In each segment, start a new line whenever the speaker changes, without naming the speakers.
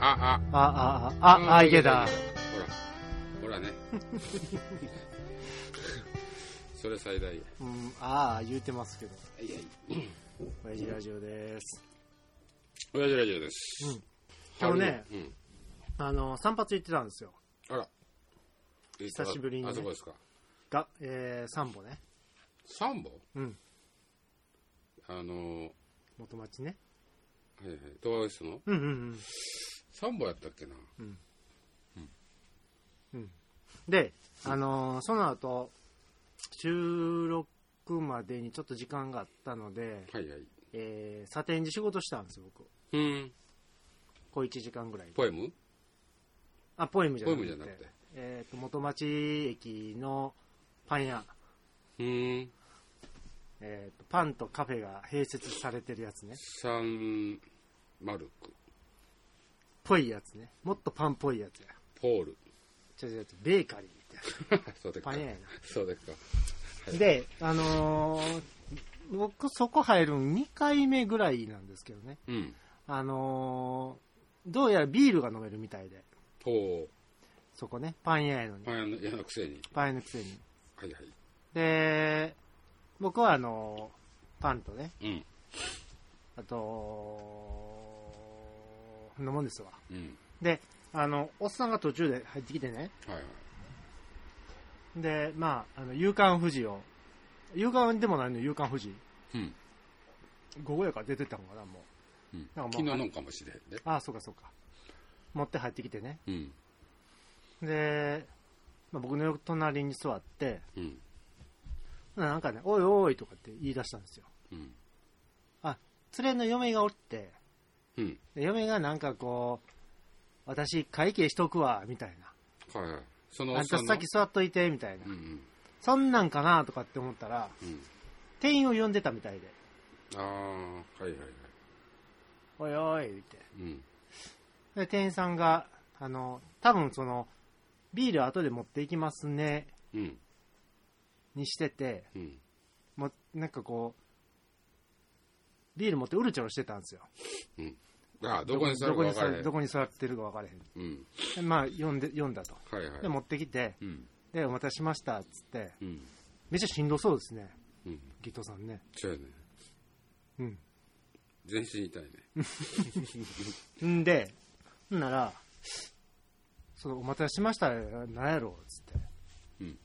あ、あ、あ、あ、家だ。
ほら、ほらね。 それ最大や。
うん、ああ、言うてますけど。
いやいや。
親父ラジオです。
親父ラジオです。
うん今日ね
春の。うん。
あの、散髪行ってたんですよ。
あら。
久しぶりにね
あそこですか。
が、えー、3本ね。
三本
うん。
あのー、はい
元町ね。
はい。東和室の
うんうんうん。
三本やったっけな。
で、あのーその後、収録までにちょっと時間があったので、
はいはい。
えー、サテンで仕事したんですよ、僕。
うん。
小1時間ぐらい。
ポエム
あ、ポエムじゃなくて。
ポエムじゃなくて
えっ、と、元町駅のパン屋。
うん。
えーと、パンとカフェが併設されてるやつね。
サンマルク、
ぽいやつね。もっとパンっぽいやつや。
ポー ル。
ちょちょちょ、ベーカリーみたい
そうでっか
な。パン。屋や
そうでっか。
な。で、あのー僕そこ入るん2回目ぐらいなんですけどね。
うん。
あのーどうやらビールが飲めるみたいで、
ほ
そこね、パン屋やのに
う。、パン屋の嫌なくせに。
パン屋のくせに。
はいはい。
で、僕はあのーパンとね、
うん。
あと、飲むんですわ。
うん。
で、あの、おっさんが途中で入ってきてね、
はいはい。
で、まあ、あの、夕刊富士を、夕刊でもないのに夕刊富士、
うん。
午後やから出てったのかな、もう。
うん
な
昨
んか
日
もう
のんかもしれへんで。
ああ、そうかそうか。持って入ってきてね。
うん。
で、まあ、僕の隣に座って、
うん。
なんかね、おいおいとかって言い出したんですよ。
うん。
連れの嫁がおって、
うん。
で嫁がなんかこう、私会計しとくわ、みたい
はいはい。そのお
な。あ
っ
ん
さ
た
ん
さ
の
っき。座っといて、みたいな
うん。うん。
そんなんかなとかって思ったら、
うん。
店員を呼んでたみたいで、
ああ、はいはいはい。
おいおい、って。
うん。
で店員さんが、あの、多分その、ビール後で持っていきますね、
うん。
にしてて、
うん。
もうなんかこう、ビール持ってうるちょろしてたんですよ。
ああ、どこに座るか分からへん
ど。こに座どこに座ってるか分からへん。
うん。
でまあ、読んで、読んだと。
はいはい。
で、持ってきて、
うん。
で、お待たせしました、っつって、
うん。
めっちゃしんどそうですね、
うん。
ギトさんね。
そうやね。
うん。
全身痛いね。
んで、ほんなら、そのお待たせしました、なんやろう、つって。
うん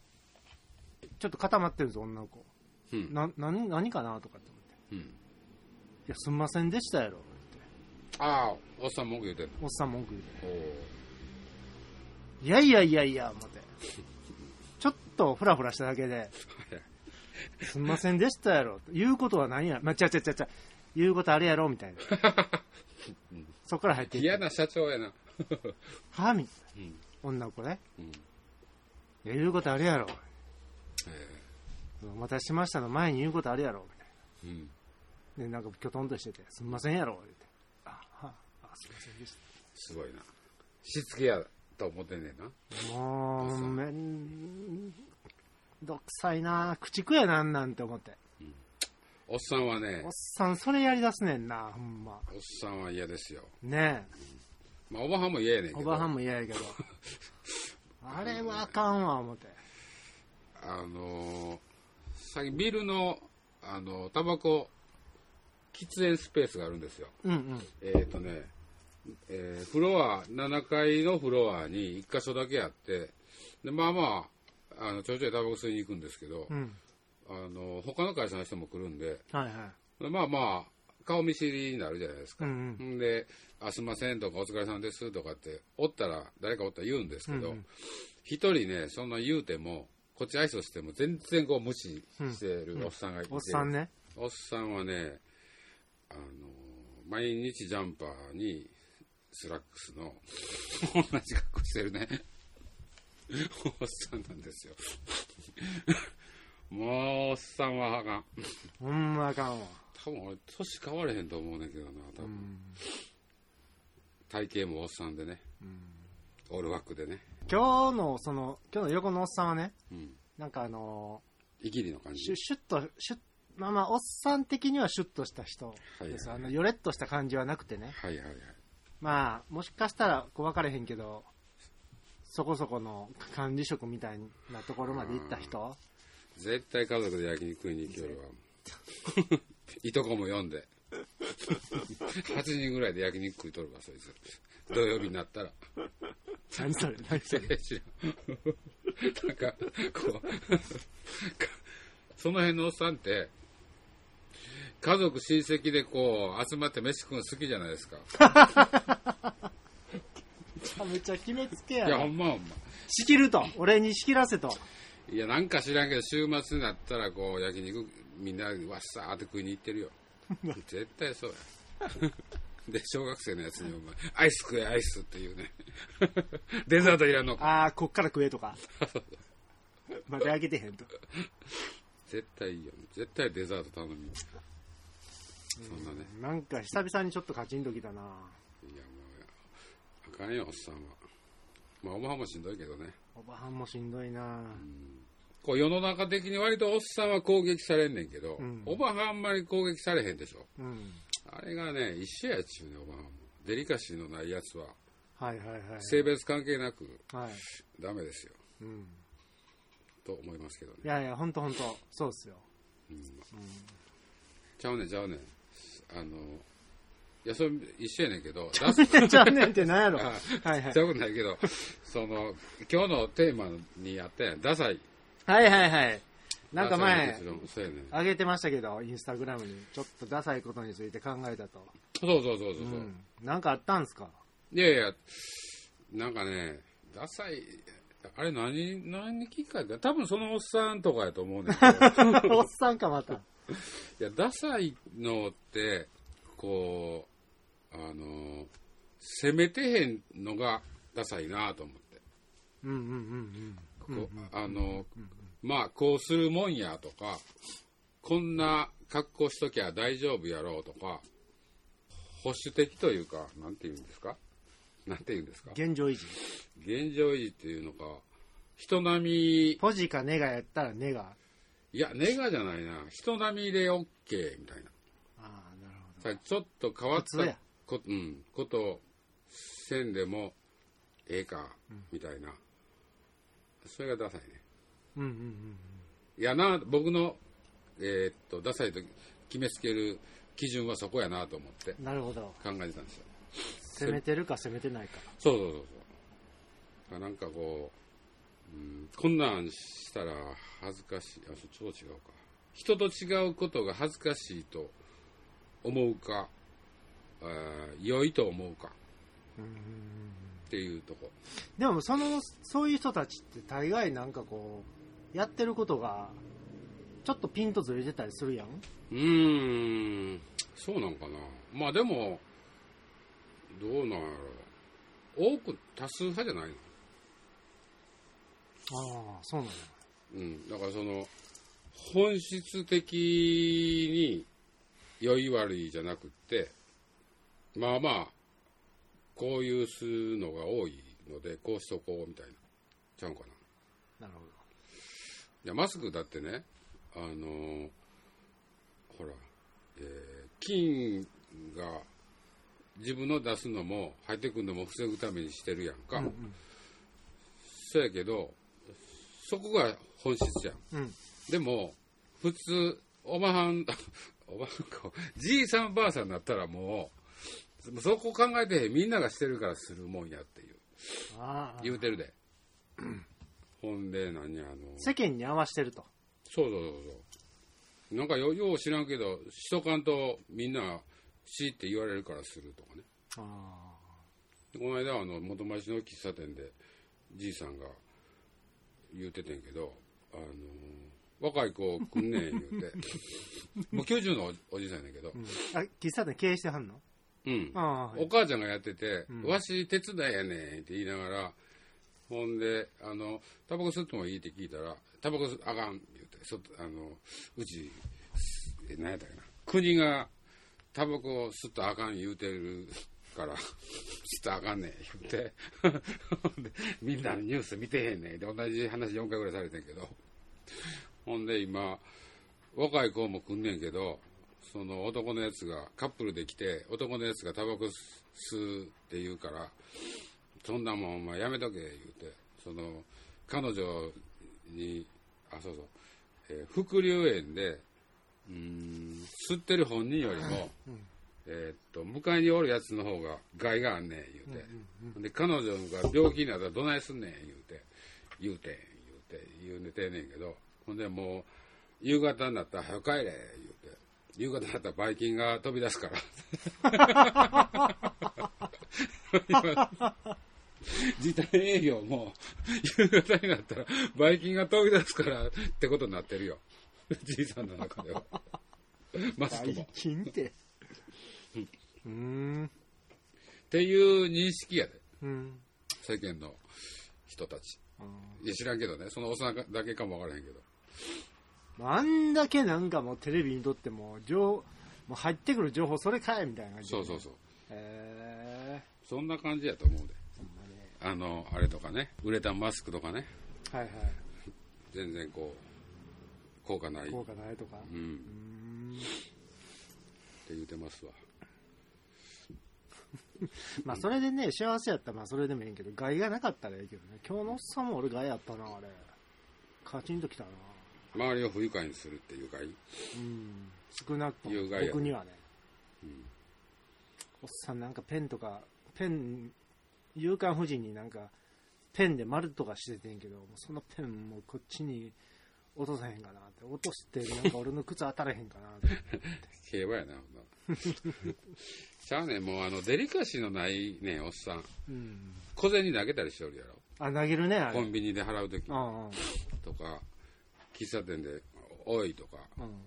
ちょっと固まってるんですよ、女の子。
うん。
な、何、何かなとかって思っ
う
て。
ん。
いや、すんませんでしたやろ、って。
ああ、おっさん文句言うてんの。
おっさん文句言う
おお。
て。いやいやいやいや、思って。ちょっとフラフラしただけで、すんませんでしたやろ、と言うことは何や、まあ、ちゃちゃちゃちゃ、言うことあれやろ、みたいな。そっから入っていって
嫌な社長やな。
はみたい
う
な
ん。
女の子ね。
うん。
いや言うことあれやろ。
え
お待たせしましたの前に言うことあれやろ、みたいな。
えうん。
で、なんか、きょとんとしてて、すんませんやろ、言うて。あ、はあ、すんませんでし
すごいな。しつけやと思ってんねんな。
た。もう、めん、どくさいな駆逐やなんなんて思って。
おっさんはね
おっ、さん、それやりだすねんな、ほんま。
おっさんは嫌ですよ。
ね
まあ、おばはんも嫌やねん
え、
けど。
おばはんも嫌やけど。 あれはあかんわ、思って。
あのー、さっきビルの、あのー、タバコ、喫煙スペースがあるんですよ。
うんうん。
えっ、ー、とね、えーフロア、7階のフロアに1箇所だけあって、で、まあまあ、あの、ちょいちょいタバコ吸いに行くんですけど、
うん。
あのー、他の会社の人も来るんで、
はいはい。
でまあまあ、顔見知りになるじゃないですか。
うんうん。
んで、あ、すいませんとか、お疲れさんですとかって、おったら、誰かおったら言うんですけ
う
ど
ん、
一、人ね、そんな言うても、こっち挨拶しても全然こう無視してるおっさんがいて、
おっさんね。
おっさんはね、あの、毎日ジャンパーに、スラックスの、同じ格好してるね。おっさんなんですよ。もう、おっさんはあかん。
ほんまあかんわ。
多分俺、年変われへんと思うねんけどな、多分。体型もおっさんでね、オールバックでね、
今日の、その、今日の横のおっさんはね、
うん、
なんかあの
イギリの感
ー
じ
シュシュッと、シュッ、まあまあ、おっさん的にはシュッとした人です。
はいはい
あの、ヨレッとした感じはなくてね。
はいはいはい
まあ、もしかしたらこう分かれへんけど、そこそこの管理職みたいなところまで行った人、
絶対家族で焼肉食いに行きよるわ。 いとこも呼んで。8人ぐらいで焼肉食いとるわ、そいつ。土曜日になった ら。
何それ、何それ。
え知らんなんか、こう、 その辺のおっさんって、家族、親戚でこう、集まって飯食うの好きじゃないです か。
めちゃめちゃ決めつけや
いや、ほ
ろ。
んまほんま。
仕切ると、俺に仕切らせと。
いや、なんか知らんけど、週末になったら、こう、焼肉、みんな、わっさーって食いに行ってる よ。絶対そうや。 で、小学生のやつに、お前、アイス食え、アイスっていうね。 デザートいらんのか。
ああ、こっから食えとか。 まだあげてへんと。
絶対いいよ。絶対デザート頼み。そんなね。
なんか久々にちょっとカチンときたな。
いや、もう、あかんよ、おっさんは。まあ、おまはんもしんどいけどね。
おばはんもしんどいな。
こう、世の中的に割とおっさんは攻撃されんねんけど、
ん
おばはんあんまり攻撃されへんでしょ。
うん。
あれがね、一緒やっちゅうね、おばはんも。デリカシーのないやつは、
はいはいはい。
性別関係なく、
はい。
ダメですよ。
うん。
と思いますけどね
い。やいや、ほんとほんと。そうっすよ。
ちゃうねん、ちゃうねん。あの、いや、それ一緒やねんけど、出す
チャンネルってなんやろ。はいはい
ち。ゃうないけど、その、今日のテーマにあったやん、ダサい。
はいはいはい。なん
ダ
か前
サい、の結論そうやねん。
あげてましたけど、インスタグラムに。ちょっとダサいことについて考えたと。。
そうそうそうそうう。うん
なんかあったんす か
いやいや、なんかね、ダサい、あれ何、何きっかけか、多分そのおっさんとかやと思うねんけど、
おっさんかまた。
いや、ダサいのって、こう、あの、攻めてへんのがダサいなと思って。
うんうんうん
こうあの、まあ、こうするもんやとか、こんな格好しときゃ大丈夫やろうとか、保守的というか、なんて言うんですかなんて言うんですか
うん。現状維持。
現状維持っていうのか、人並み、
ポジかネガやったらネガ。
いや、ネガじゃないな、人並みで OK みたいな。
ああ、なるほ
さちょっと変わっ
普通や
たこ,、うん、ことをせんでもええか、みたいな。それがダサいね。
ど。うんうんうん。
いやな、僕の、えーっと、ダサいと決めつける基準はそこやなと思って
なるほど。
考えてたんですよ。
攻めてるか攻めてないか。
そうそうそうそう。なんかこう、うん、こんなんしたら恥ずかしい。あ、そちょっと違うか。人と違うことが恥ずかしいと思うか、あー良いと思うか
うんうんうん。
っていうとこ。
でもその、そういう人たちって大概なんかこう、やってることが、ちょっとピンとずれてたりするやん。
うーん、そうなんかな。まあでも、どうなんやろう。多く、多数派じゃないの
ああ、そうなんだ。
うん、だからその本質的に良い悪いじゃなくってまあまあこういうするのが多いのでこうしとこうみたいなちゃうかない
なるほど。
やマスクだってねあのーほら、えー菌が自分の出すのも入ってくるのも防ぐためにしてるやんか、そうやけどそこが本質やん
うん。
でも、普通、おばはん、 おばはんか、じいさんばあさんになったらもう、そこ考えてへんみんながしてるからするもんやっていう、
ああ。
言うてるで。ほんで、何や、あの、そう
世間に合わしてると。
そうそうそう。なんかよ、よう知らんけど、しとかんとみんな、しって言われるからするとかね。
あ
でこの間あの元町の喫茶店でじいさんが言うててんけど、あの若い子来んねん言うてもう90のおおじいさんやねんけど、
あ。あ、喫茶店経営してはんの
うん
ああ。
お母ちゃんがやってて「
ん
わし手伝いやねん」って言いながらほんであの「タバコ吸ってもいい?」って聞いたら「タバコ吸あかん」って言ってそあのうちえ何やったかな国がタバコ吸ったらあかん言うてるから吸ったらあかんねん言うて ほんでみんなニュース見てへんねんで同じ話4回ぐらいされてんけどほんで今若い子も来んねんけどその男のやつがカップルで来て男のやつがタバコ吸うって言うから、そんなもんお前やめとけ言うて、その、彼女に、あ、そうそう、えー副流炎で、うーん、吸ってる本人よりも、えーっと、向かいにおるやつの方が害があんねん言うて、で、彼女が病気になったらどないすんねん言うて、言うてん言うて、言うねてんねんけど、ほんでもう、夕方になったら早く帰れ言うて、夕方になったらばい菌が飛び出すから。 時短営業も夕方になったらばい菌が飛び出すからってことになってるよじいさんの中ではマスクも
最近って。 うーん。
っていう認識やで
うん。
世間の人たちいや知らんけどねそのおっさんだけかもわからへんけど
あんだけなんかもうテレビにとっても、情、もう入ってくる情報それかいみたいな感じで
そうそうそう
へ
そんな感じやと思うであのあれとかねウレタンマスクとかね
ーはいはい。
全然こう効果ない
効果ないとか。
うん
うーん
って言うてますわ
まあそれでね、幸せやったらまあそれでもいいけど、害がなかったらいいけどね。今日のおっさんも俺害やったな、あれ。カチンときたな。
周りを不愉快にするっていうかい
うん。少なくと
有
も、
害やね
僕にはね。
ん
おっさんなんかペンとか、ペン、勇敢夫人になんか、ペンで丸とかしててんけど、もうそのペンもうこっちに落とさへんかなって。落として、なんか俺の靴当たらへんかなって。
競馬やな、ほんなら しゃあねんもうあの、デリカシーのないねん、おっさん。
うん。
小銭投げたりしておるやろ。
あ、投げるね、あ
コ
れ。
ンビニで払うとき
うんうん。
とか、喫茶店で、おいとか、
うん。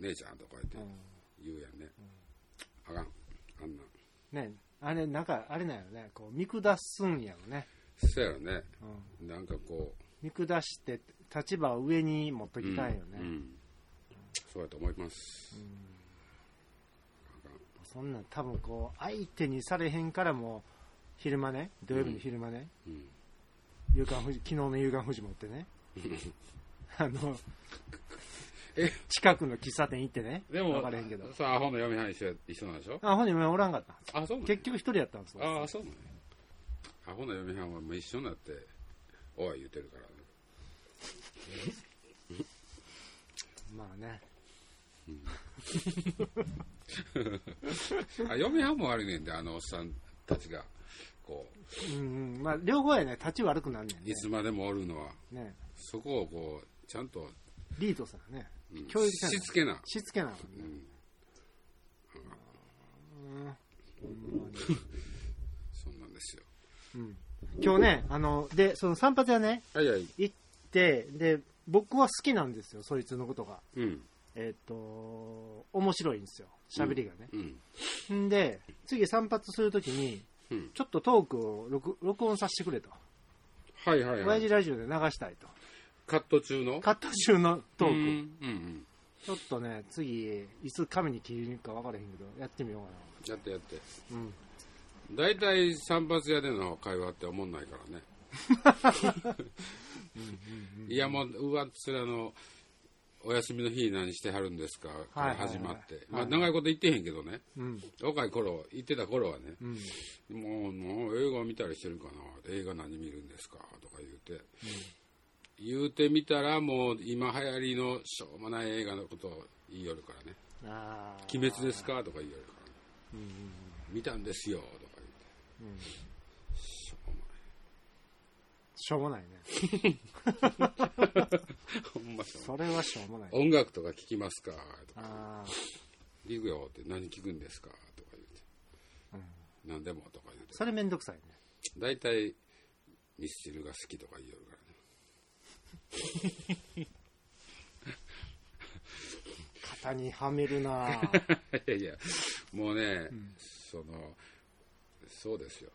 姉ちゃんとか言って
うん
言うやんね。あかん、あんなん。
ねあれなんかあれなんやろねこう見下すんやろね、
そやろね、
うん、
なんかこ
見下して立場を上に持って
う。
きたいよね、
うんうんそうやと思います。あかん
そんなん多分こう相手にされへんからもう昼間ね土曜日の昼間ね、
うん
夕刊富士昨日の夕刊富士持ってねあの
え
近くの喫茶店行ってね
で
分
も
からへんけど、
さあ、アホの嫁はん一緒や一緒なんでしょ
あ本人もおらんかった
あ、そうなん
結局一人やったんですよ
ああ、そうね。アホな嫁はんはもう一緒になって、おい言ってる からね。
まあね
あ嫁はんも悪いねんで、あのおっさんたちが、こ
うんうんまあ両方やね立ち悪くなんねん
う、い
ね
つまでもおるのは、
ね
そこをこう、ちゃんと、
リードさんね、
うん
教育者
しつけな。
しつけなのね、
うん、そんなんですよ。
うん今日ね、あの、で、その散髪屋ね、
はいはい。
行って、で、僕は好きなんですよ、そいつのことが。
うん。
えっ、と、面白いんですよ、喋りがね。
うん。
んで、次散髪するときに、
うん。
ちょっとトークを録録音させてくれと。
はいはいは
親父
い。
ラジオで流したいと。
カット中の
カット中のト
うん
ーク。
うん
ちょっとね、次、いつ紙に切るか分からへんけど、やってみよう
うん。やってやって。
かな。うん。
大体散髪屋での会話って思んないからね。いやもう、うわっつらの、お休みの日何してはるんですか
はい
か
は
ら
いはい
始まって。
はい
まあ長いこと言ってへんけどね。
うん。
若い頃、言ってた頃はね、
うん。
もう、もう映画見たりしてるかな映画何見るんですかとか言うて、言うてみたら、もう今流行りのしょうもない映画のことを言いよるからね。
ああ。
鬼滅ですかとか言いよるから、ね、
うんうん
見たんですよとか言って。
うん。うん。
しょうもない。
しょうもないね。
ほんましょうも
それはしょうもない。
ない。音楽とか聴きますかとか。
ああ。
行くよって何聞くんですかとか言って。
うん
何でもとか言うて。
それめんどくさいね。
大体、ミスチルが好きとか言いよるからね。
型にはめるなぁ
い やいや、もうね、その、そうですよ。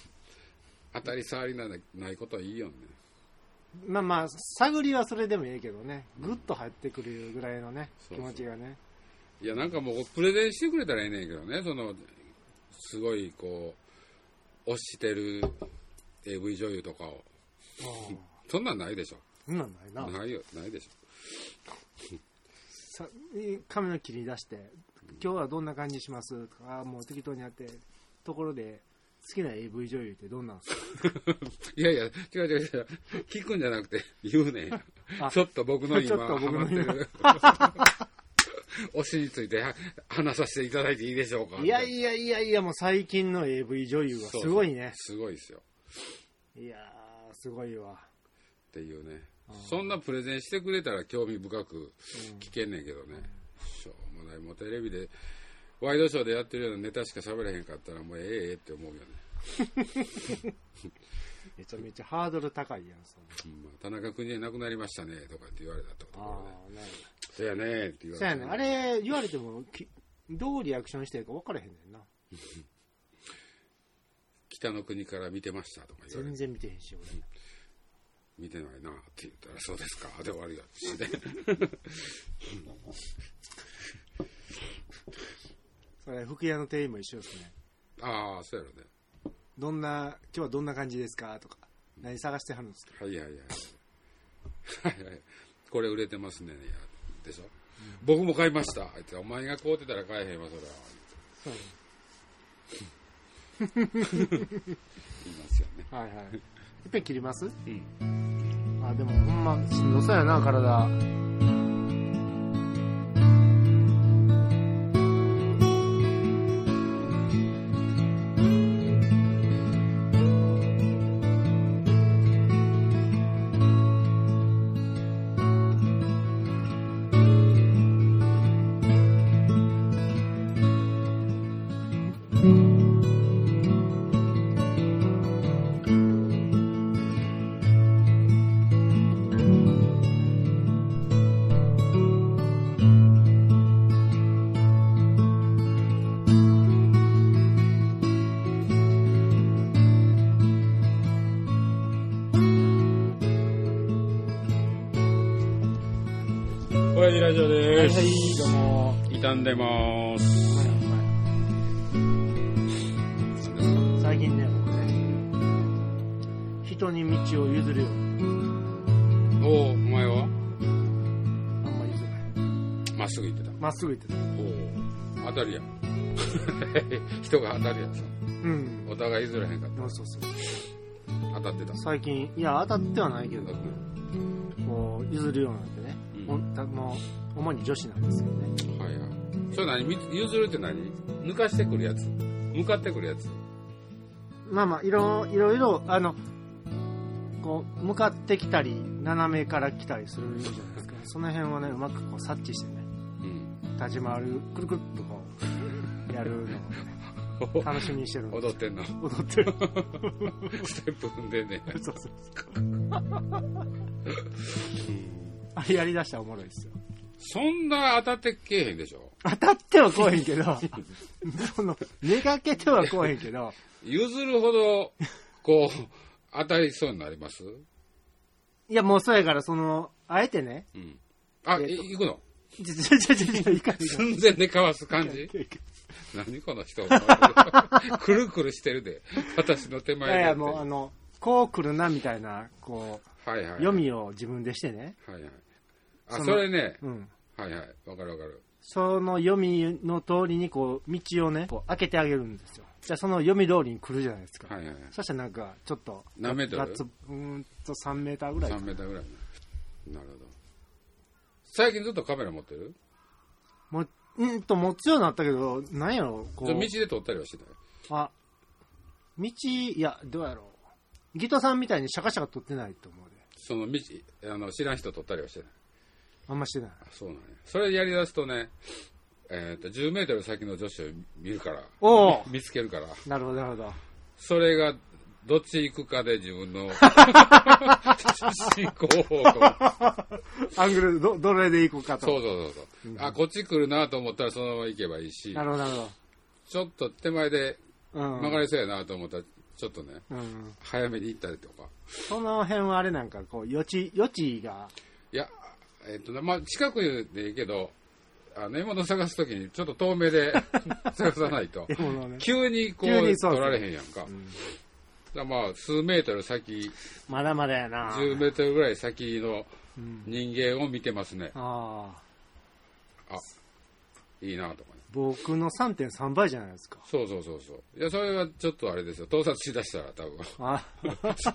当たり障りなないことはいいよね。
まあまあ、探りはそれでもいいけどね。ぐっと入ってくるぐらいのね、
そう
気
そう
持ちがね。
いや、なんかもう、プレゼンしてくれたらええねんけどね、その、すごい、こう、推してる AV 女優とかを。
うん
そんなんないでしょ。
そんなんないな。
ないよ、ないでしょ。
さ髪の切り出して、今日はどんな感じしますとか、あーもう適当にやって、ところで、好きな AV 女優ってどんなんですか
いやいや、違う違う違う。聞くんじゃなくて、言うねん
あ
ちょっと僕の今、
ちょっと僕の
ハ
今
マってる。 推しについては話させていただいていいでしょうか。
いやいやいやいや、もう最近の AV 女優はすごいね。
そうそうすごいですよ。
いやー、すごいわ。
っていうね。そんなプレゼンしてくれたら興味深く聞けんねんけどね。しょうもない。もうテレビで、ワイドショーでやってるようなネタしか喋れへんかったら、もうええええって思うよね。
めちゃめちゃハードル高いやん、そんな
うんまあ、田中邦衛亡くなりましたね、とかって言われたとこ
あ
ろで。
あ、なるほど。
そうやねーって言われ
そう
て
やね。あれ、言われても、きどうリアクションしてるか分からへんねんな。
北の国から見てましたとか言われて
全然見てへんし、俺。
見てないなって言ったら、そうですか、で終わりだって、
それ、服屋の店員も一緒ですね。
ああ、そうやろね。
どんな、今日はどんな感じですかとか。何探してはるんですか
はいはいはい。はいはい。これ売れてますね、いやでしょ。僕も買いました。あいつお前が買うてたら買えへんわ、それは。
そうね
言いますよね。
はいはい。いっぺん切ります
うん。
あ、でもほんま、しんどそうやな、体。
親父ラジオ
はい
で
は
す。
い、どうも。
傷んでまーす。
はいはい最近ね、僕ね、人に道を譲るよ。
おお、お前は
あんま譲らない。
まっすぐ行ってた。
まっすぐ行ってた。
おお、当たりや。 人が当たりやった。
うん。
お互い譲らへんかっ
そうそうそう。
た。当たってた。
最近、いや、当たってはないけ
当
ど
た、って
こう、譲るようになってね。
うん
ほんたもう、主に女子なんですけどね。
たはいはい。それ何み譲るって何抜かしてくるやつ向かってくるやつ
まあまあ、いろいろいろ、あの、こう、向かってきたり、斜めから来たりするじゃないですか。その辺はね、うまくこう察知してね、
うん。
立ち回る、くるくるっとこう、やるのをね、楽しみにしてる んで す
踊ってんの。
踊ってる。
ステップ踏んでんね。
そうそうあれやりだしたらおもろいですよ。
そんな当たってけえへんでしょ。
当たっては来おへんけど、その、めがけては来おへんけど、
譲るほど、こう、 当たりそうになります
いやもうそうやから、その、あえてね、
うん。あ、
えっと
い行くの
ちょちょちょちょちょ、いかんいかん
寸前でかわす感
い
じ
かんいかん
何この人 くるくるしてるで。私の手
い
前で。
やいや、もうあの、こう来るなみたいな、こう、
はいはい。
読。みを自分でしてね。
はいはい。あ、
その
それね。
うん。
はいはい。わかるわかる。
その読みの通りに、こう、道をね、こう、開けてあげるんですよ。じゃあ、その読み通りに来るじゃないですか。
はいはい。
そしたらなんか、ちょっと、
何メートル
ガッツ、うーんと3メーターぐらいか
3メーターぐらい。なるほど。最近ずっとカメラ持ってる
もう、うんと持つようになったけど、なんやろ、こ
じゃあ道
う、
で撮ったりはしてない
あ、道、いや、どうやろう。ギトさんみたいにシャカシャカ撮ってないと思うで。
その道、あの、知らん人撮ったりはしてない。
あんましてない。
あそうなんや。それやりだすとね、えっと、10メートル先の女子を見るから、
おお
見つけるから、
なるほど、なるほど。
それが、どっち行くかで自分 の、進行方向。
アングル、ど、どれで行こうかと。
そうそうそうそう。あ、こっち来るなと思ったらそのまま行けばいいし
な、るほど、なるほ
ちょっと手前で
ど。うん。
曲がりそうやなと思ったら、ちょっとね、
うん。
早めに行ったりとか。
その辺はあれなんか、こう、余地、余地が、
いや、えっとね、まあ、近くでいいけど、あの獲物探すときにちょっと遠目で 探さないと。
獲物をね。
急にこ
急
う
にそう
取
そう
られへんやんか。だからまあ、数メートル先、
まだまだやな。
10メートルぐらい先の
うん
人間を見てますね。
ああ。
あ、いいなとかね。
僕の3.3倍じゃないですか。
そうそうそうそう。いや、それはちょっとあれですよ。盗撮しだしたら多分、
あ、
そ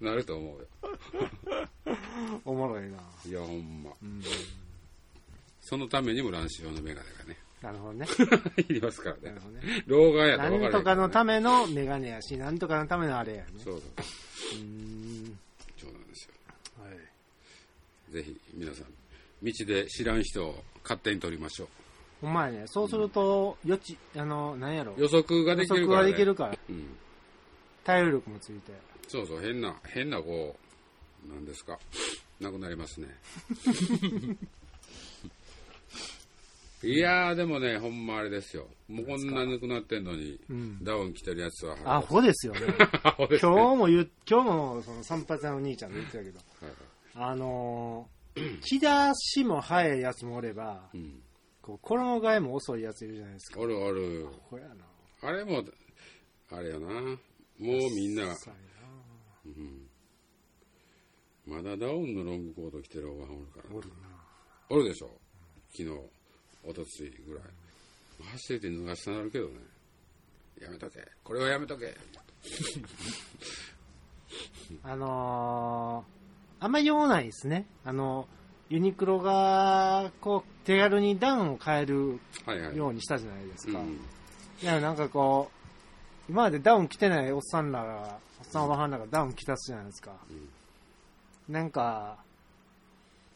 うなると思うよ。
おもろいな。
いや、ほんま。そのためにも乱視用のメガネがね、
なるほどね。
いりますから
な
ね
る。ほどね。
老眼やと分
何と
かへんけ
からの
どね
ためのメガネやし、何とかのためのあれやね。
そうそう。
うーん。
そうなんですよ。
はい。
ぜひ、皆さん、道で知らん人を勝手に撮りましょう。
ほんまやね。そうすると、予知、あの、なんやろ。
予測ができる
予
から、
測が
ね。
できるから。
うん。
対応力もついて。
そうそう、変な、変な、こう、なんですか。なくなります ね。いやー、でもね、ほんまあれですよ。もうこんななくなってんのに、
うん。
ダウン着てるやつは、
アホですよね。
アホですね。
今日も言う、今日もその散髪屋のお兄ちゃんで言ってたけど、
はいはい
あの ー、着出しも早いやつもおれば、
うん。
こう衣替えも遅いやついるじゃないですか。
あるある。
これやな。
あれも、あれよな。もうみんな、
臭い
うんまだダウンのロングコート着てるおばはんおるから
な。おるな。
おるでしょ昨日おとついぐらい走ってて脱がしたなるけどねやめとけこれはやめとけ
あのー、あんまり用ないですね。あの、ユニクロが、こう、手軽にダウンを変える
はいはい
ようにしたじゃないです
うん
か。いや、なんかこう、今までダウン着てないおっさんらが、おっさんおばはんらがダウン着たすじゃないですか。なんか、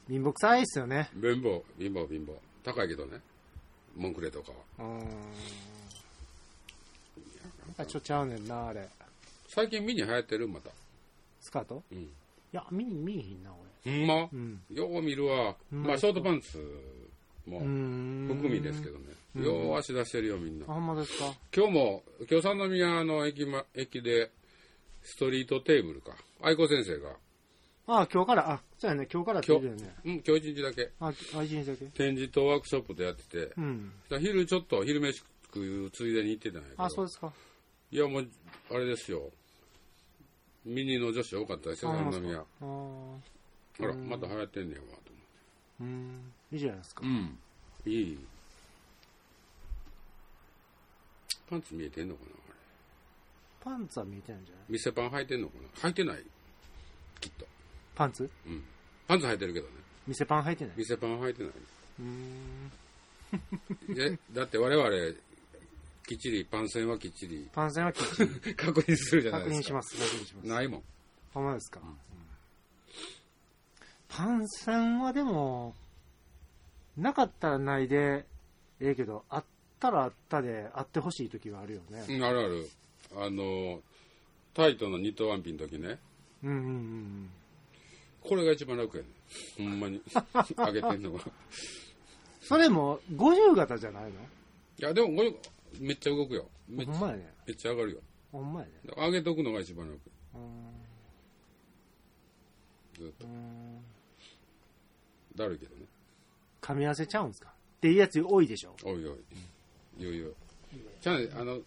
貧乏くさいですよね。
貧乏貧乏貧乏高いけどねモンクレとかは
うーん。なんかちょちゃうねんな、あれ。
最近ミニ流行ってるまた
スカート
うん
いや、見に、見えへんな、
ほんま
俺。うん。
よう見るわ
うん
まあショートパンツも
うーん。
含みですけどね
うん
よう足出してるよみんな
あ、ほんまですか
今日も今日三宮の駅,、ま、駅でストリートテーブルか愛子先生が
あ、今日から、あ、そうやね、今日からって言うよね。
うん今日一日だけ
あ、愛人だけ
展示とワークショップでやってて、
うん。
昼ちょっと昼飯食うついでに行ってたんやけど
あ、そうですか。
いやもうあれですよミニの女子多かったですよ
あほんま
三宮
あー
あら
うん
また流行ってんねやわと
うーん。いいじゃないですか。
思ってうんいいパンツ見えてんのかなあれ
パンツは見えてないんじゃない
店パン履いてんのかな履いてないきっと
パンツ
うんパンツ履いてるけどね
店パン履いてない
店パン履いてな
うーん
いでだって我々きっちりパン線はきっちり
パン線はきっちり
確認するじゃない
確
で
認
す
し
か
ます確認します
ないもん
ほんまですか、うんパン線はでもなかったらないでええけどあったらあったであってほしい時はあるよ
う
ね
ん、あるある。あの、タイトのニットワンピの時ね、
うんうんうん
これが一番楽やねほんまに。 あげてんのが。
それも50型じゃない
い
の
や、でもこれ、めっちゃ動くよ。めっち
ほ
ゃ
んまやね
めっちゃ上がるよ。
ほんまやね
あげとくのが一番楽。
うーん
ずっと
うー。ん
だるいけどね。
噛み合わせちゃうんですかっていうやつ多いでしょ
おいおい。言う言う。ちゃうね、あの、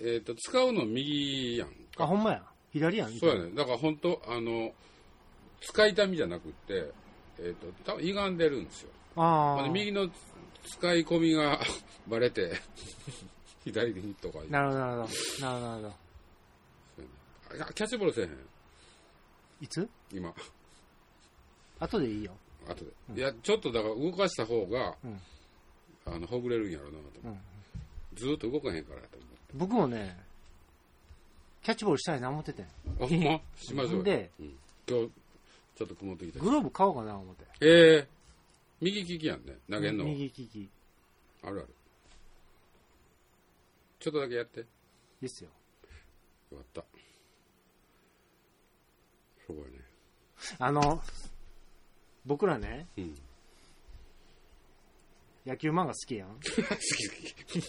えっ、と、使うの右やん
あ
か。
ほんまや左やん
そうやね。だから本当あの、使い痛みじゃなくって、えっ、と、多分歪んでるんですよ。
あ
ま
あ
あ右の使い込みが バレて、左にとか言う
なるほどなるほどなるほどなるほど
あキャッチボールせえへん、
いつ
今、
後でいいよ。
後で。いや、ちょっとだから動かした方が、
うん
あの、ほぐれるんやろうなと思って。ずーっと動かへんからと
僕もね、キャッチボールしたいな思っててん。
思って。 あ、ほんましましょうよ。
で
うん今日、ちょっと曇ってきた。
グローブ買おうかな思って。
えー、右利きやんね、投げんの。
右利き
あるある。ちょっとだけやって。よ
ですよ。
かった。すごいね。
あの、僕らね、
うん。
野球漫画好きやん。
好き好 き。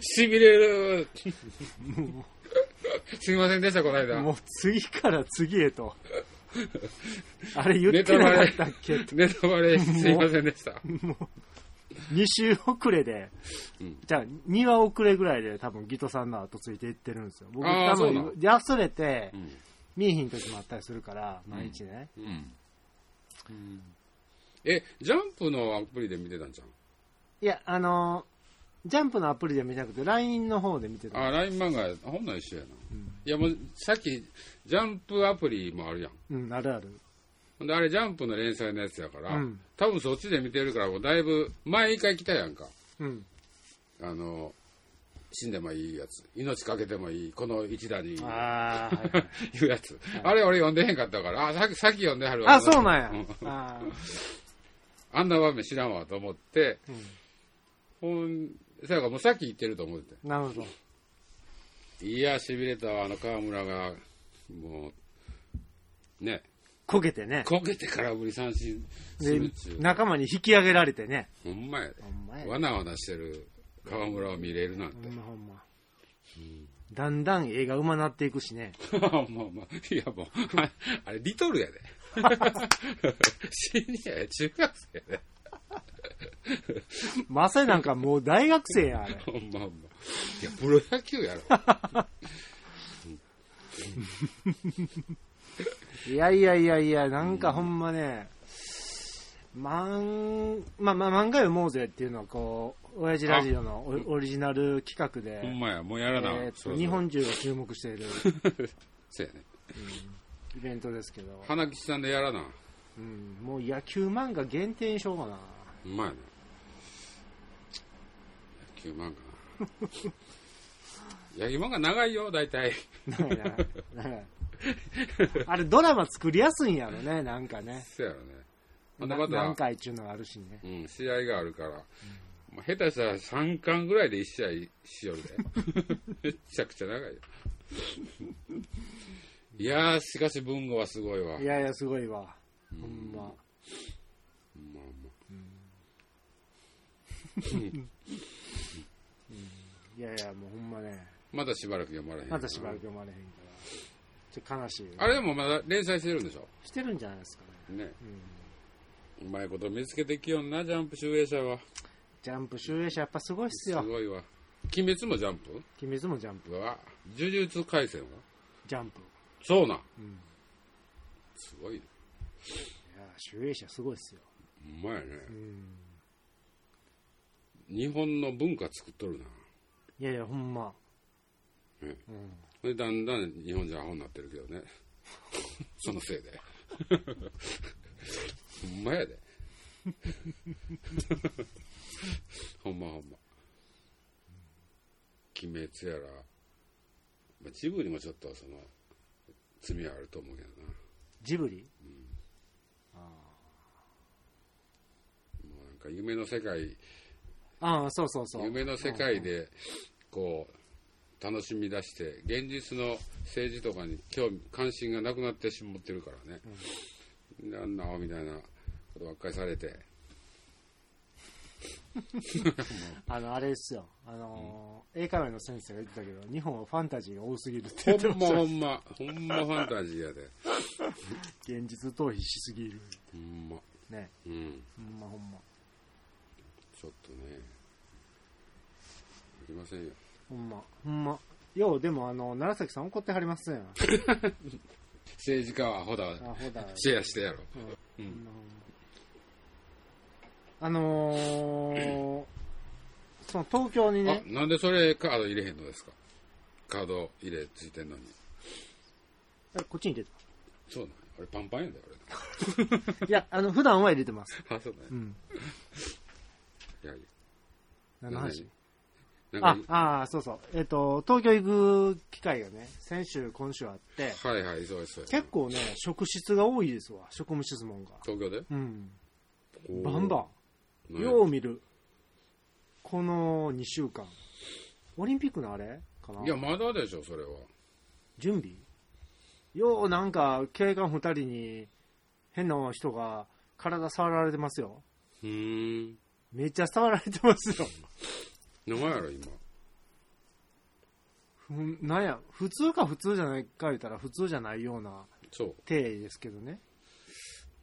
しびれる。すいませんでした、この間。
もう次から次へと。 あれ言ってなかったっけ
ネタバレすいませんでした。
?2 週遅れで、
うん
じゃあ2話遅れぐらいで多分ギトさんの後ついていってるんですよ。僕
あー
多
そうなの
分、で忘れて
う、ん。
見えひん時もあったりするから、毎日ね。
うんえ、ジャンプのアプリで見てたんじゃん
いや、あのジャンプのアプリで見なくて、LINE の方で見てた。
あ、ライン漫画や、ほんなら一緒やな。いや、もう、さっき、ジャンプアプリもあるやん。
うん、あるある。
ほんで、あれ、ジャンプの連載のやつやから、
うん
多分そっちで見てるから、もうだいぶ、前一回来たやんか。
うん。
あの、死んでもいいやつ。命かけてもいい。この一打に。
ああ、はいは い
いうやつ。あれ俺読んでへんかったから、あ、さっき、さっき読んではるわ
あ、そうなんや
ん。
あー
あんな場面知らんわと思って、
う
ほん、そやからもうさっき言ってると思って
ん。なるほど。
て。いや、痺れたわ、あの河村が、もう、ね、
こけてね。
こけて空振り三振す
で
るっちゅ、う。
仲間に引き上げられてね。
ほんまやで
ほ。んまや。
わなわなしてる河村を見れるなん
ほ
て
ん。まほんま。だんだん映画うまなっていくしね。
まあまあまあ、いやもう、ああれ、リトルやで。シニアや、中学生やで。
マサイなんかもう大学生や、あれ。
ほんまほんま。いや、プロ野球やろ。
いやいやいやいや、なんかほんまね、マン、まあまあ漫画読もうぜっていうのはこう、親父ラジオのオオリジナル企画で
ほ、んまや、もうやらな。
えーっ
そ
と
ろそろ
日本中が注目している
そうやね。
イベントですけど、
花吉さんでやらな。
うん、もう野球漫画限定にしようかな。
ほんまやな。野球漫画な。野球漫画長いよ、大体。
なんやななんやあれドラマ作りやすいんやろね、なんかね。
そうやろね。ほんで
な
ま
何
た、
回っていうのがあるしね。
うん、試合があるから、まあ下手したら3巻ぐらいで1試合しよる で。めちゃくちゃ長いよ。いやー、しかし文豪はすごいわ。
いやいや、すごいわ。ほんま。
まあま
いやいや、もうほんまね。
あまだしばらく読まれへん。
またしばらく。読まれへんから。ちょっと悲しい。
あれでもまだ連載してるんでしょ
してるんじゃないですかね。
ね。
うん
うまいこと見つけてきよんな、ジャンプ集英社は。
ジャンプ集英社やっぱすごいっす
す
よ。
ごいわ。鬼滅もジャンプ
鬼滅もジャンプ。
うわ。呪術廻戦は
ジャンプ。
そうなん。
うん。い
すごいね。
や、集英社すごいっすよ。
ほんまやね。
うん。
日本の文化作っとるな。
いやいや、ほんま。
うん
うん。
ほいでだんだん日本じゃアホになってるけどね。そのせいで。ほんまやで。 ほんまほんま。鬼滅やら、まあ、ジブリもちょっとその、罪はあると思うけどな。
ジブリ
もうなんか夢の世界、
ああ、そうそうそう。
夢の世界で、こう、楽しみ出して、現実の政治とかに興味、関心がなくなってしまってるからね。であんな、みたいなことばっかりされて、
あの、あれですよ。あのー、英会話の先生が言ってたけど、日本はファンタジーが多すぎるって
ほ
言ってま
んま
した
ほ
よ。
んま、ほんまファンタジーやで。
現実逃避しすぎる。
ほんま。
ね。
うん。
ほんまほんま。
ちょっとね、ありませんよ。
ほんま。ほんま。よう、でもあの、楢崎さん怒ってはりますやん。あ、
政治家はほだ、
ほだ。
シェアしてやろ。
うんあのー、その東京に
あ
ね、、
なんでそれカード入れへんのですかカード入れついてんのに。
あこっちに出て
そうなんや俺パンパンやで、
ます。いや、あの、普段は入れてます。
俺。あ、そうなんや
うん。
いやいや。
何の話
な
あ
ん、か
ああ、そうそう。えっ、と、東京行く機会がね、先週、今週あって、
はいはい、そうです。そうです
結構ね、職質が多いですわ、職務質問が。
東京で
うん。バンバン。
ね
よう見る。この2週間。オリンピックのあれかない
や、まだでしょ、それは。
準備ようなんか警官2人に変な人が体触られてますよ
うーん。
めっちゃ触られてますよ
名前やろ、今。
ふんなんや普通か普通じゃないか言ったら普通じゃないような
そう。
定位ですけどね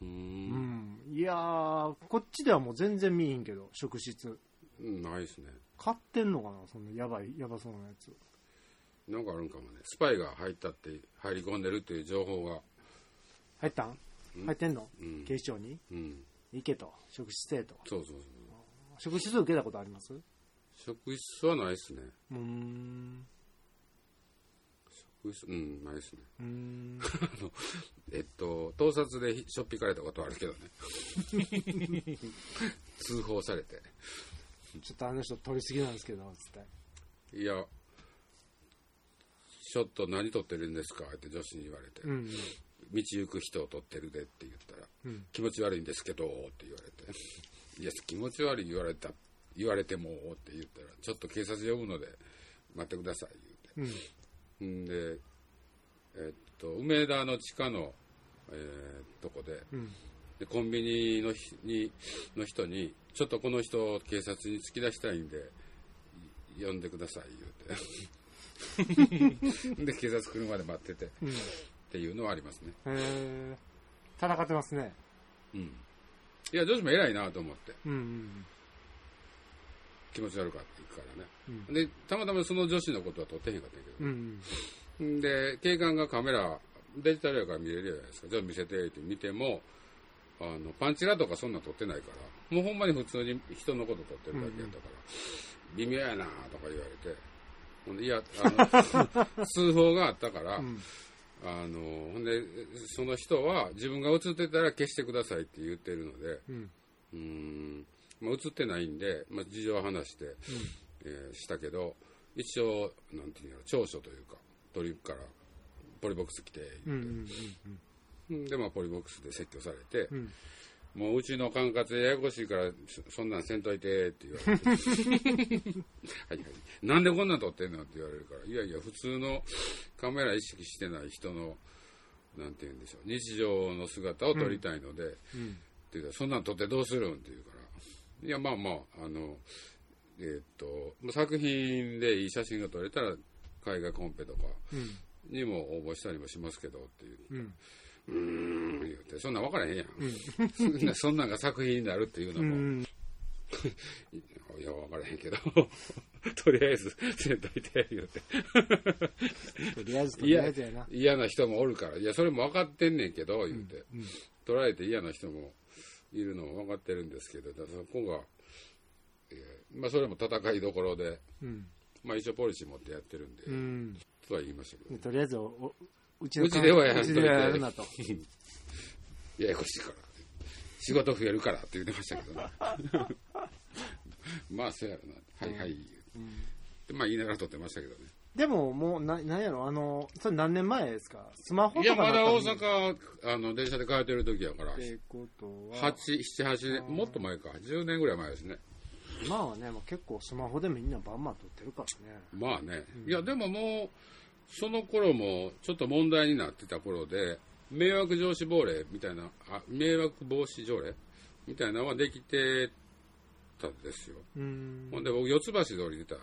うー。
うんんいやーこっちではもう全然見えへんけど職質
ないですね。
買ってんのかなそのやばいやばそうなやつ
なんかあるんかもね。スパイが入ったって、入り込んでるっていう情報が。
入ったん入ってんの
うん。
警視庁に
うん。
行けと職質せえと
そうそうそう。
職質受けたことあります
職質はないっすね。
うーん。
職質、うん、ないっすね。
う ーん。
えっと、盗撮でしょっぴかれたことはあるけどね。 通報されて。
ちょっとあの人撮りすぎなんですけど、つって。
いや、ちょっと何撮ってるんですかって女子に言われて、
うんうん。
道行く人を撮ってるでって言ったら、
うん
気持ち悪いんですけどって言われて、 いや、気持ち悪い言われた、言われてもって言ったら、ちょっと警察呼ぶので待ってください
うん。
言うて。んで、えっと、梅田の地下の、えーとこで、
うん。
でコンビニのひにの人に「ちょっとこの人警察に突き出したいんでい呼んでください」言うて で警察来るまで待っててっ
うん。
ていうのはありますね
えー、戦ってますね。
うんいや女子も偉いなと思って
うんうん
気持ち悪かったからね
うん。
でたまたまその女子のことは撮ってへんかったんや
うん。うん。
けど、ん、で警官がカメラデジタルやから見れるじゃないですかじゃあ見せてって見てもあのパンチラとかそんなん撮ってないからもうほんまに普通に人のこと撮ってるだけやったから、微妙やなとか言われてほんでいやあ の通報があったから、
ん
あのほんでその人は自分が映ってたら消してくださいって言ってるので
うん。
うーん、まあ、映ってないんで、まあ、事情は話して、えーしたけど一応なんていうの長所というか鳥からポリボックス来て
う
言
ん。う
って、
ん。
でまあポリボックスで説教されて、
うん。
もううちの管轄ややこしいからそそんなんせんといてって言われて はい、はい、なんでこんなん撮ってんのって言われるからいやいや普通のカメラ意識してない人のなんて言うんでしょう日常の姿を撮りたいので、
うん。
って言うからそんなん撮ってどうするん?」って言うから「いやまあまああのえーっとまあ作品でいい写真が撮れたら海外コンペとか
うん。
にも応募したりもしますけど」っていう
うん。
「うーん」言うて「そんなん分からへんやん」 そんなそんなんが作品になるっていうの
う
も、
ん。
いや分からへんけど とりあえずせんといて言うて
とりあえず、とりあ
嫌
えずやな。
嫌な人もおるから「いやそれも分かってんねんけど」言うて。
うん。
捉えて嫌な人もいるのも分かってるんですけど、だからそこが、えーまあ、それも戦いどころで、
うん。
まあ、一応ポリシー持ってやってるんで、
うん。
とは言いましたけど、
でとりあえずお、おうち
うちではや
う
らんと
ち
い
で
て
はやるなと。
ややこしいから、仕事増えるからって言ってましたけど、ね、 まあ、そうやろな、はいはい、でまあ、言いながら撮ってましたけどね。
でも、もう、な、なんやろ、あの、それ何年前ですかスマホ
い
と
や、
か
まだ
ったの
大阪、あの、電車で帰ってる時やから
っ、てことは、
八七八年、もっと前か、10年ぐらい前ですね。
今はね、もう結構スマホでみんなバンバン撮ってるからね。
まあね、いやでももうその頃もちょっと問題になってた頃で迷惑常止法令みたいなあ迷惑防止条例みたいなのはできてたんですよ、
うん。
ほんで僕四ツ橋通り出た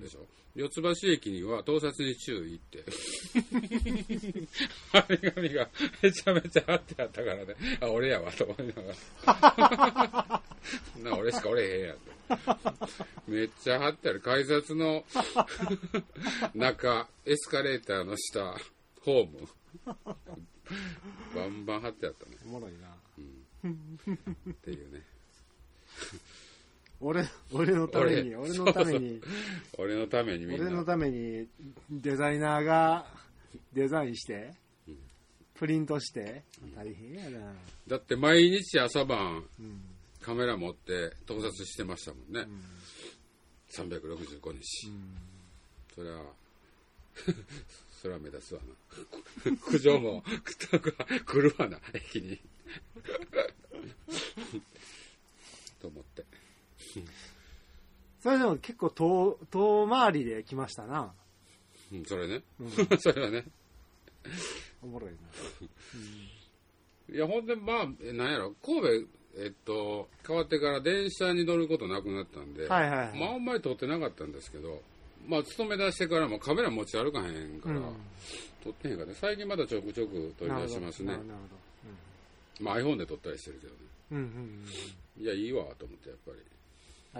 でしょ、四ツ橋駅には盗撮に注意って 貼り紙がめちゃめちゃ貼ってあったからねあ俺やわと思いなが らな俺しかおれへんやんとめっちゃ貼ってある改札 の中エスカレーターの下ホームバンバン貼ってあったね
おもろいな。
っていうね
俺、俺のために、俺のために、
俺のためにみんな
俺のためにデザイナーがデザインして、プリントして、大変やな。
だって毎日朝晩
うん。
カメラ持って盗撮してましたもんね、365日、そりゃ そりゃ目立つわな 苦情も来るわな駅に と思って
それでも結構遠、遠回りで来ましたな。
うんそれね、
うん
それはね
おもろいな。
いやほんでまあえなんやろ神戸えっと変わってから電車に乗ることなくなったんで、
はいはいはい
まああんまり撮ってなかったんですけどまあ勤め出してからもカメラ持ち歩かへんから、
うん
撮ってへんからね最近まだちょくちょく撮り
なる
出
ほ
し
ど
ますね
なるほど。
まあ iPhone で撮ったりしてるけどね
うん。うんうん
いやいいわと思ってやっぱり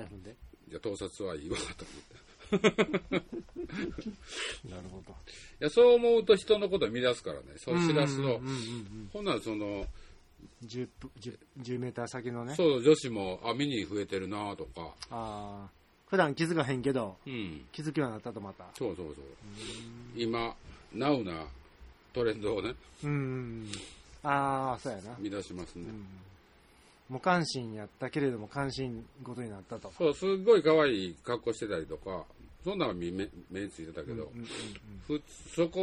うん。iPhone で。
じゃ盗撮はいいわと思って
なるほど。
いやそう思うと人のこと見出すからねそう知らすと、
うんうんうんうん
ほんならその
10ぷ10 10メーター先のね。
そう女子もあ見に増えてるなとか
ああ。普段気づかへんけど、
うん。
気づくようになったとまた。
そうそうそう。今、ナウなトレンドをね、
うん。ああ、そうやな。
見出しますね。
無関心やったけれども関心事になったと。
そう、すっごい可愛い格好してたりとか、そんなの目目目についてたけど、
うんうん
ふそこ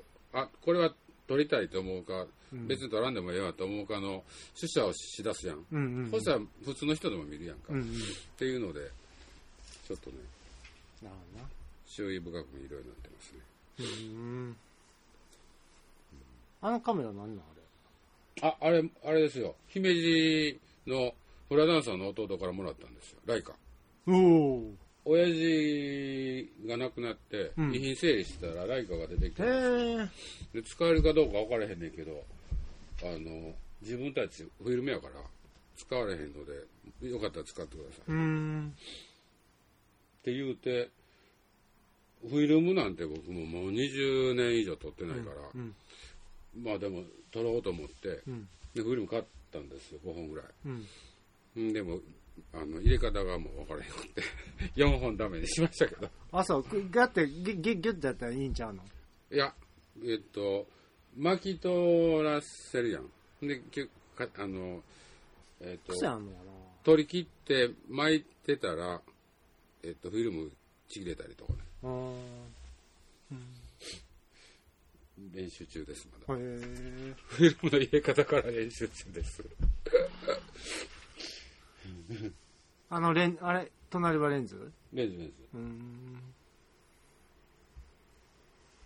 を、あ、これは撮りたいと思うか、
うん
別に撮らんでもええわと思うかの、取捨をしだすやん。
うんうん。
そしたら普通の人でも見るやんか。
うんう
っ
ん。なる
ていうので、ちょっとね、
ほどな。
注意深く見るようになってますね。
うん。あのカメラ何なんあれ。
あ、あれ、あれですよ。姫路のフラダンサーの弟からもらったんですよ。ライカ。
おお。
親父が亡くなって、
うん
遺品整理してたらライカが出てきて、
へえ。
で使えるかどうか分からへんねんけど、あの、自分たちフィルムやから、使われへんので、よかったら使ってください。っ
うん。
て言うて、フィルムなんて僕ももう20年以上撮ってないから、
うん
まあでも撮ろうと思って、
うん
でフィルム買ったんですよ、5本ぐらい。
うん。
うんでも、あの、入れ方がもう分からへんくて、4本ダメにしましたけど。
あ、そう。ぐガってギュッギュッギュッってやったらいいんちゃうの
いや、えっと、巻き取らせるやん。で、きゅかあの、えっと、
癖あんのやな。
取り切って巻いてたら、えっと、フィルムちぎれたりとかね。
うーん。
練習中です、まだ。
へえ。
フィルムの入れ方から練習中です。
あのレン、あれ、隣はレンズ
レンズレン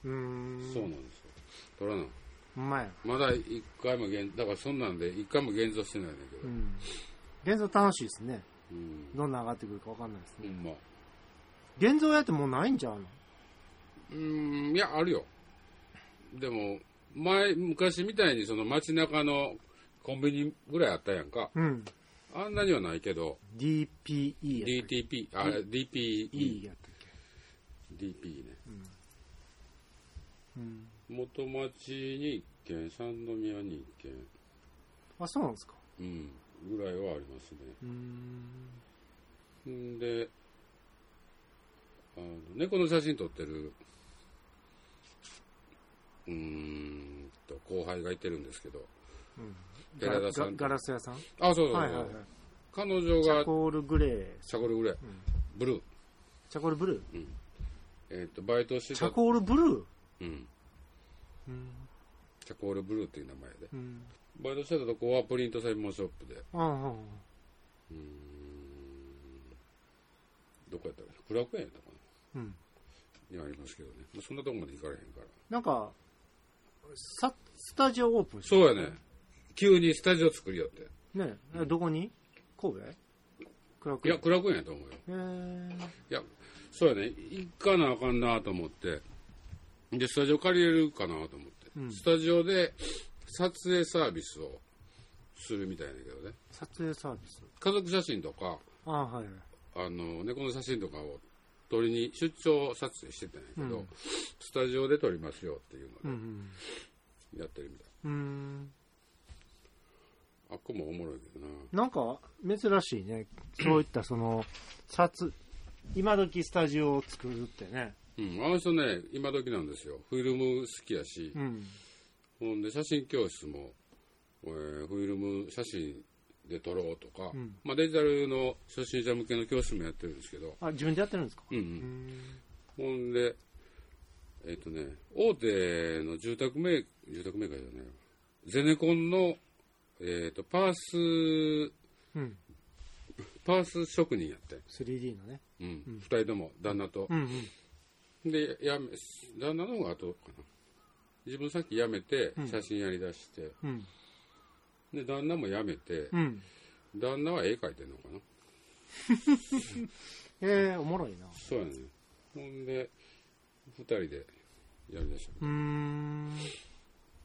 うーん。う
ズ。
ーん。
そうなんですよ。取らない。
ほんまや。
まだ一回も現、だからそんなんで一回も現像してないねんだけ
う
ど。
ん。現像楽しいですね。
うん。
どんな上がってくるかわかんないです
ほ
ね。
んま。
現像やってもうないんちゃうの
うーん、いや、あるよ。でも、前、昔みたいにその街中のコンビニぐらいあったやんか。
うん。
あんなにはないけど、
DPE やったっ
DTP、あ、
け E
DPE、
やったっけ
DP ね。
うん。
元町に一軒、三宮に一軒、
あ、そうなんですか。
うん、ぐらいはあります
うーん。
ね。んで、あの猫の写真撮ってる、うーんと、後輩がいてるんですけど、
うん
寺田さん
ガガラス屋さん
あ、そうそうそう、
はいはいはい。
彼女
チャ
が、
コールグレー。
シャコルぐらい、ブルー、
チャコールブルー
えっとバイトして
チャ
た、
コールブルー
うん、
うん。
チャコールブルーっていう名前で
うん。
バイトしてたとこはプリント専門ショップで
ああああ、
うーんどこやったらクラク園やったか
うん。
なにありますけどねそんなとこまで行かれへんから
なんか、さスタジオオープンし
そうやね急にスタジオ作りよって
ねえ、どこに神戸クラク
いやクラク園やと思うよ
えー、
いやそうやね行かなあかんなと思ってでスタジオ借りれるかなと思って、
うん
スタジオで撮影サービスをするみたいだけどね
撮影サービス。
家族写真とか
ああ、はいはい。
あの猫の写真とかを撮りに出張撮影してたんやけど、
うん
スタジオで撮りますよっていう
う
の
ん
でやってるみたい、
うん。うん。
あっこもおもろいけどな
なんか、珍しいね。そういった、その、撮、今時スタジオを作るってね。
うんあの人ね今時なんですよフィルム好きやし
う、ん。
ほんで写真教室も、えーフィルム写真で撮ろうとか、
うん
まあ、デジタルの初心者向けの教室もやってるんですけど、
あ、自分でやってるんですか
うんう
うんん。
ほんでえっ、とね大手の住宅メー住宅メーカーじゃないわゼネコンの、えー、とパース
うん。
パース職人やって、
3D のね。
うん2人とも旦那と、
うんうん。
でやめ旦那の方が後かな自分さっき辞めて
うん
写真やりだして、
うん。
で旦那も辞めて、
うん。
旦那は絵描いてんのかな
ええおもろいな。
そうやねほんで2人でやりだした
うーん。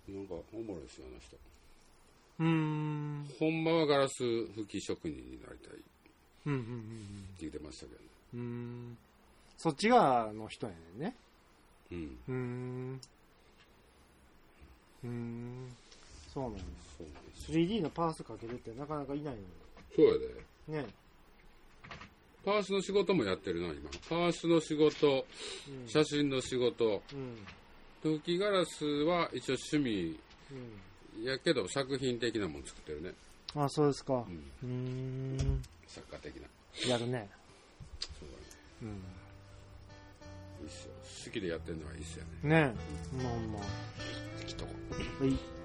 なんかおもろいですよあの人
うーん。
ほんまはガラス拭き職人になりたいって
うんうんうん
言ってましたけどね
うん。うーん。そっち側の人やねんね。
うん
うーん。うーん。そうなんだ。
そうなんです
3D のパースかけるってなかなかいないの
そうやで
に。ね。
パースの仕事もやってるな、今。パースの仕事、
うん
写真の仕事。
うん
吹きガラスは一応趣味
うん
やけど、作品的なもん作ってるね。
あそうですか
うん。
うーん
作家的な。
やるね
そうだね。
うん
いいっすよ。好きでやってるのはいいっすよね。
ねえまあま
きっとこ。
あはい